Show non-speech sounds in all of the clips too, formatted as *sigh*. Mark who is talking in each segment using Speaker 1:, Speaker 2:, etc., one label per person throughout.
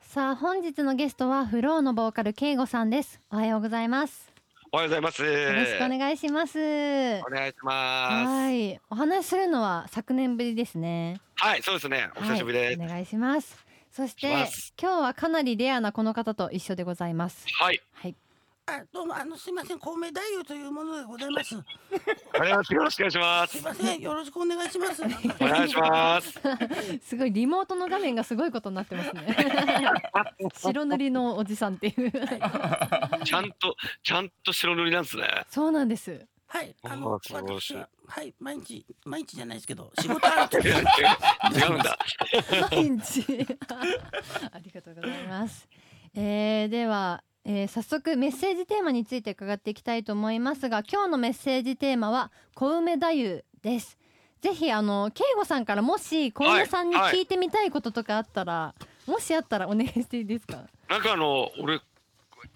Speaker 1: さあ本日のゲストはフローのボーカルけいごさんですおはようございます
Speaker 2: おはようございます。
Speaker 1: よろしくお願いします
Speaker 2: お願いします。は、
Speaker 1: はいいお話しするのは昨年ぶりですね
Speaker 2: そうですね。お
Speaker 1: は
Speaker 2: 久
Speaker 1: い
Speaker 2: しぶりです。
Speaker 1: お願いしますそして
Speaker 2: します
Speaker 1: 今日はかなりレアなこの方と一緒でございます
Speaker 2: はい、
Speaker 1: はい
Speaker 3: あ、どうも、あの、すいません、孔明太夫というものでございます。
Speaker 2: お願いします。よろしくお願いしますす
Speaker 3: い。ません、よろしくお願いします。お
Speaker 2: お願いします。
Speaker 1: すごいリモートの画面がすごいことになってますね
Speaker 2: *laughs*
Speaker 1: 白塗りのおじさんっていう
Speaker 2: ちゃんと、ちゃんと白塗りなん
Speaker 1: *laughs*
Speaker 2: ですね。
Speaker 1: そうなんです *laughs*
Speaker 3: はい、あ
Speaker 2: あ
Speaker 3: の
Speaker 2: ー、すごい
Speaker 3: 私は、はい、毎日、毎日じゃないですけど、仕事ある
Speaker 1: *laughs*
Speaker 3: と
Speaker 2: 違
Speaker 3: き。
Speaker 2: う違うんだ。
Speaker 1: 毎日ありがとうございます、えー、では、えー、早速メッセージテーマについて伺っていきたいと思いますが今日のメッセージテーマは小梅太夫ですぜひあの慶吾さんからもし小梅さんに
Speaker 2: はいはい
Speaker 1: 聞いてみたいこととかあったら、もしあったらお願いしていいですか
Speaker 2: なんかあの、俺、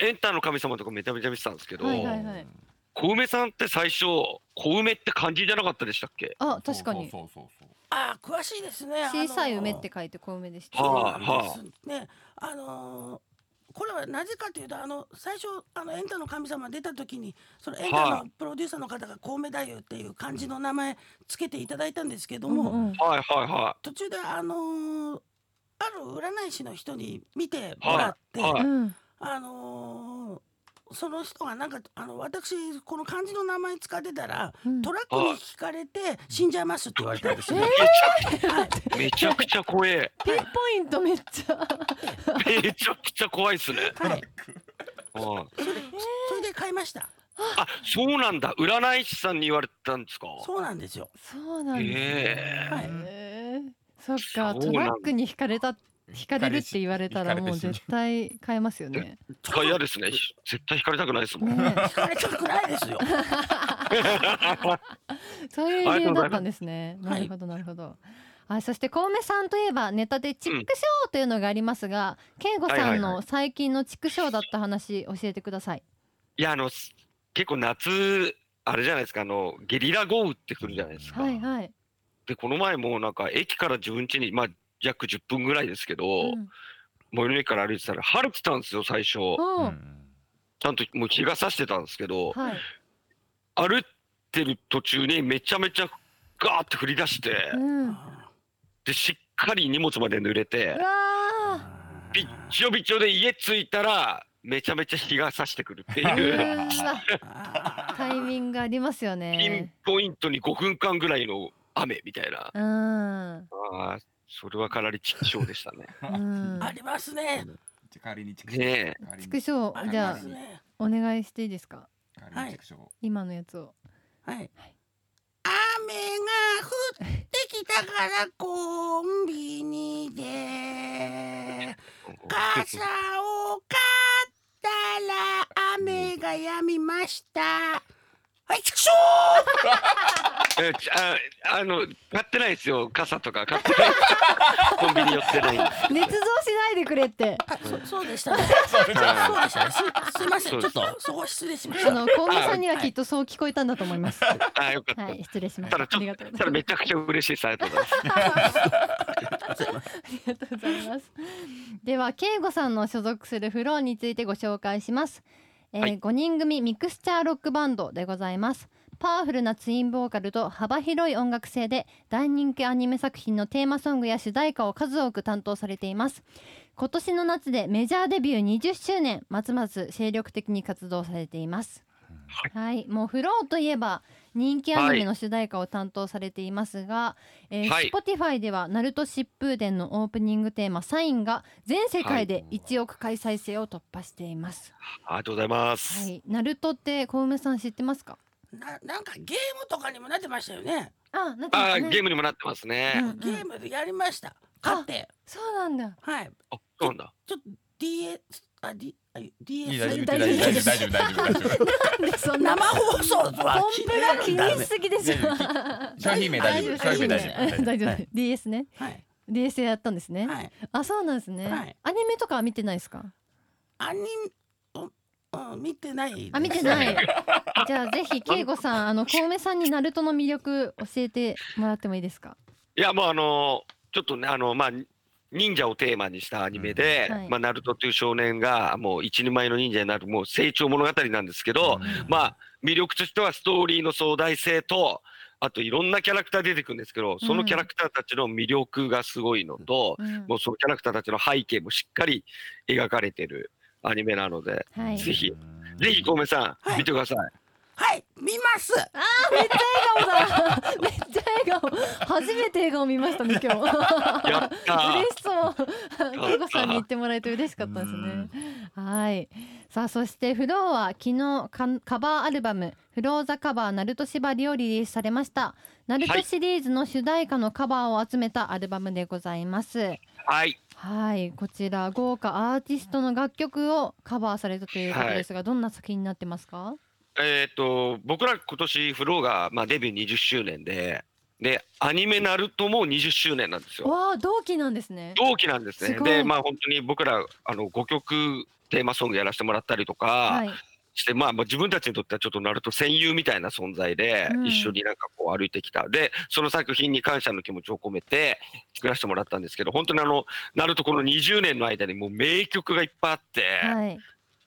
Speaker 2: エンタの神様とかめちゃめちゃ見てたんですけど、
Speaker 1: はいはいはい
Speaker 2: 小梅さんって最初、小梅って漢字じゃなかったでしたっけ
Speaker 1: あ確かに
Speaker 4: そうそうそうそう
Speaker 3: あー、詳しいですね。あの
Speaker 1: 小さい梅って。書いて小梅でした、
Speaker 2: は
Speaker 3: そう
Speaker 2: あ
Speaker 3: なんですね、あのーこれはなぜかというとあの最初あのエンタの神様出た時にそのエンタ
Speaker 2: は
Speaker 3: のプロデューサーの方が孔明太夫っていう漢字の名前つけていただいたんですけど
Speaker 1: うん
Speaker 3: も、
Speaker 1: うん
Speaker 2: はいはいは
Speaker 3: 途中であのーある占い師の人に見てもらって、
Speaker 2: はいはい
Speaker 1: うん
Speaker 3: あのーその人がなんかあの私この漢字の名前使ってたら
Speaker 1: うん
Speaker 3: トラックにひかれて死んじゃいますって言われたん
Speaker 1: *laughs*
Speaker 3: ですよ。
Speaker 2: い。めちゃくちゃ怖え。
Speaker 1: ピンポイントめっちゃ
Speaker 2: めちゃくちゃ怖いですね。
Speaker 3: はい、
Speaker 2: はい
Speaker 3: それで買いました。
Speaker 2: あ、そうなんだ。占い師さんに言われたんですか。
Speaker 3: そうなんですよ。
Speaker 1: そうなんですね、
Speaker 2: え
Speaker 3: はい
Speaker 1: えーそっか
Speaker 2: そ
Speaker 1: ト
Speaker 2: うなん
Speaker 1: ラックに引かれた引かれるって言われたら
Speaker 4: 惹かれ
Speaker 1: もう
Speaker 4: て
Speaker 1: 絶対買えますよね。
Speaker 2: えー。嫌ですね。絶対惹かれたくないですもん。
Speaker 1: ね
Speaker 3: ひかれたくないですよ。
Speaker 1: えそういう理由だったんですね。
Speaker 3: は
Speaker 1: ないるほどなるほど。あそして小梅さんといえばネタで「チックショー」というのがありますが、慶吾
Speaker 2: はい
Speaker 1: さ
Speaker 2: は
Speaker 1: ん
Speaker 2: いは
Speaker 1: の最近のチックショーだった話教えてください。
Speaker 2: いや、あの、す結構夏、あれじゃないですか、あの、ゲリラ豪雨ってくるじゃないですか。
Speaker 1: はいはい。
Speaker 2: で、この前もなんか、駅から自分家に、まあ、約10分ぐらいですけど、
Speaker 1: うん
Speaker 2: 最寄りの駅から歩いてたら、晴れてたんですよ、最初。
Speaker 1: おー
Speaker 2: ちゃんともう日が差してたんですけど、
Speaker 1: はい。
Speaker 2: 歩いてる途中にめちゃめちゃガーって降り出して、
Speaker 1: うん。うわ
Speaker 2: で、しっかり荷物まで濡れて、
Speaker 1: あ。
Speaker 2: びっちょびちょで家着いたら、めちゃめちゃ日が差してくるって
Speaker 1: う
Speaker 2: いう、
Speaker 1: ーわタイミングありますよ
Speaker 2: ピン
Speaker 1: ね。
Speaker 2: ポイントに5分間ぐらいの雨みたいな。
Speaker 1: うん。
Speaker 2: ああ、それはかなりチッショー
Speaker 1: *laughs*
Speaker 2: でしたね。
Speaker 1: うん。
Speaker 3: ありますね。
Speaker 4: じゃあ代わりにチクショー
Speaker 2: ね
Speaker 4: 代わり
Speaker 1: チ
Speaker 4: に
Speaker 1: クショ
Speaker 3: あ
Speaker 1: ー
Speaker 3: り
Speaker 1: じゃ
Speaker 3: ま
Speaker 1: あ
Speaker 3: すね。
Speaker 1: お願いしていいですか
Speaker 4: 代わりにチクショー
Speaker 1: 今のやつを。
Speaker 3: はい。雨が降ってきたからコンビニで
Speaker 2: え。
Speaker 3: 傘を買ったら雨が止みました。はい、ちくしょ
Speaker 2: えちああの買ってないですよ傘とか買ってない *laughs* コンビニ寄ってない
Speaker 1: 捏造しないでくれって。
Speaker 3: う。そそうでしたね。そうでしたね。すすいません、ちょっとそこ失礼しまし
Speaker 1: あ
Speaker 3: た。
Speaker 2: *laughs*
Speaker 1: の、小梅さんにはきっとそう聞こえたんだと思います。は
Speaker 2: あよかった、
Speaker 1: い、失礼しましたた。
Speaker 2: だ
Speaker 1: あ
Speaker 2: ち
Speaker 1: りが
Speaker 2: ょっ
Speaker 1: とう
Speaker 2: と
Speaker 1: ご
Speaker 2: た
Speaker 1: ざい
Speaker 2: だ
Speaker 1: ま
Speaker 2: め
Speaker 1: す。
Speaker 2: ちゃくちゃ嬉しいですありがとうござ
Speaker 1: *laughs*
Speaker 2: います
Speaker 1: ありがとうございます。では、慶吾さんの所属するフローについてご紹介します。えー
Speaker 2: はい
Speaker 1: 5人組ミクスチャーロックバンドでございます。パワフルなツインボーカルと幅広い音楽性で大人気アニメ作品のテーマソングや主題歌を数多く担当されています。今年の夏でメジャーデビュー20周年、ますます精力的に活動されています。はい、もうフローといえば人気アニメの主題歌を担当されていますが、えー
Speaker 2: はい
Speaker 1: Spotify では「ナルト疾風伝」のオープニングテーマ「サイン」が全世界で1億回再生を突破しています。
Speaker 2: ありがとうございます、
Speaker 1: はい、ナルトって小梅さん知ってますか？
Speaker 3: ななんかゲームとかにもなってましたよね。
Speaker 1: あ、なん
Speaker 2: あ
Speaker 1: かね、
Speaker 2: ーゲームにもなってますね、
Speaker 1: うん
Speaker 3: ゲームでやりました。買って。
Speaker 1: そうなん
Speaker 3: *laughs*
Speaker 1: だ。
Speaker 3: はい。
Speaker 2: あそうなんだ
Speaker 3: ちょっと DS、あ、D、あ DS。
Speaker 4: いい大丈夫
Speaker 1: 大丈夫
Speaker 4: 大丈夫大丈夫大丈夫大丈夫
Speaker 1: なんでそんな
Speaker 3: 生放送は
Speaker 1: ポンプが気
Speaker 3: になる
Speaker 1: にし
Speaker 3: んだね
Speaker 1: すぎでしょ。
Speaker 4: 商品名大丈夫商品名大丈夫
Speaker 1: 大丈
Speaker 3: は
Speaker 1: 夫
Speaker 3: い。
Speaker 1: DS ね。
Speaker 3: はい。
Speaker 1: DS でやったんですね。
Speaker 3: はい。
Speaker 1: あ、そうなんです
Speaker 3: は
Speaker 1: ね
Speaker 3: い。
Speaker 1: アニメとかは見てないですか？
Speaker 3: アニメ、うん、うん、見てないです。
Speaker 1: あ見て
Speaker 2: *laughs*
Speaker 1: ない。じゃあぜひ慶吾さんあの小梅さんにナルトの魅力教えてもらってもいいですか。
Speaker 2: いやもうあのちょっとねあのまあ忍者をテーマにしたアニメで、
Speaker 1: うんはい
Speaker 2: まあ、ナルトという少年がもう一人前の忍者になるもう成長物語なんですけど、まあ魅力としてはストーリーの壮大性とあといろんなキャラクター出てくるんですけどそのキャラクターたちの魅力がすごいのと、
Speaker 1: うん
Speaker 2: もうそのキャラクターたちの背景もしっかり描かれてるアニメなので、
Speaker 1: はい。
Speaker 2: ぜひぜひ小梅さん、
Speaker 3: はい
Speaker 2: 見てく
Speaker 1: *laughs*
Speaker 2: ださい。
Speaker 3: はい、見ます。
Speaker 1: あーめっちゃ笑顔だ。 *laughs* めっちゃ笑顔。初めて笑顔見ましたね今日。
Speaker 2: やったー
Speaker 1: 嬉しそう。けいこさんに言ってもらえて嬉しかったですね。はい。さあそしてフローは昨日カカバーアルバム「フローザカバーナルト縛り」をリリースされました。ナルトシリーズの主題歌のカバーを集めたアルバムでございます。
Speaker 2: はい、
Speaker 1: はい、こちら豪華アーティストの楽曲をカバーされたということですが、どんな作品になってますか？
Speaker 2: えっ、と僕ら今年フローがまあデビュー20周年で、でアニメナルトも20周年なんですよ。
Speaker 1: わあ同期なんですね。
Speaker 2: 同期なんですね。
Speaker 1: すごい
Speaker 2: で、まあ本当に僕らあの5曲テーマソングやらせてもらったりとか
Speaker 1: い。
Speaker 2: して、まあまあ自分たちにとってはちょっとナルト戦友みたいな存在で
Speaker 1: うん
Speaker 2: 一緒になんかこう歩いてきた。で、その作品に感謝の気持ちを込めて作らせてもらったんですけど、本当にあのナルトこの20年の間にもう名曲がいっぱいあって、
Speaker 1: はい。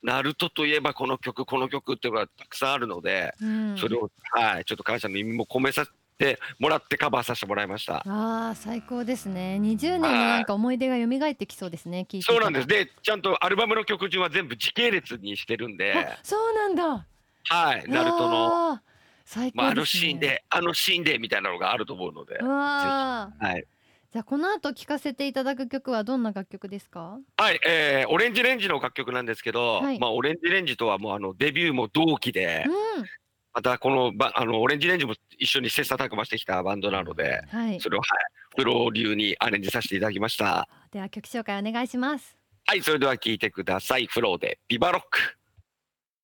Speaker 2: ナルトといえばこの曲この曲っていうのがたくさんあるので、
Speaker 1: うん
Speaker 2: それをはいちょっと感謝の意味も込めさせてもらってカバーさせてもらいました。
Speaker 1: ああ最高ですね。20年のなんか思い出が蘇ってきそうですね。聞いてた
Speaker 2: そう
Speaker 1: ら
Speaker 2: なんです。。で、ちゃんとアルバムの曲順は全部時系列にしてるんで、
Speaker 1: あそうなんだ。
Speaker 2: はい、ナルトの、
Speaker 1: の最高です、ね。
Speaker 2: まあ、あのシーン。で、あのシーンでみたいなのがあると思うので、
Speaker 1: わあ。
Speaker 2: はい、
Speaker 1: じゃあこの後聴かせていただく曲はどんな楽曲ですか？
Speaker 2: はい、えーオレンジレンジの楽曲なんですけど、
Speaker 1: はい
Speaker 2: まあ、オレンジレンジとはもうあのデビューも同期で
Speaker 1: う、ん。
Speaker 2: またこのばあのオレンジレンジも一緒に切磋琢磨してきたバンドなので、
Speaker 1: はい。
Speaker 2: それをはい、プロ流にアレンジさせていただきました。
Speaker 1: では曲紹介お願いします。
Speaker 2: はい、それでは聞いてください。フローでビバロック。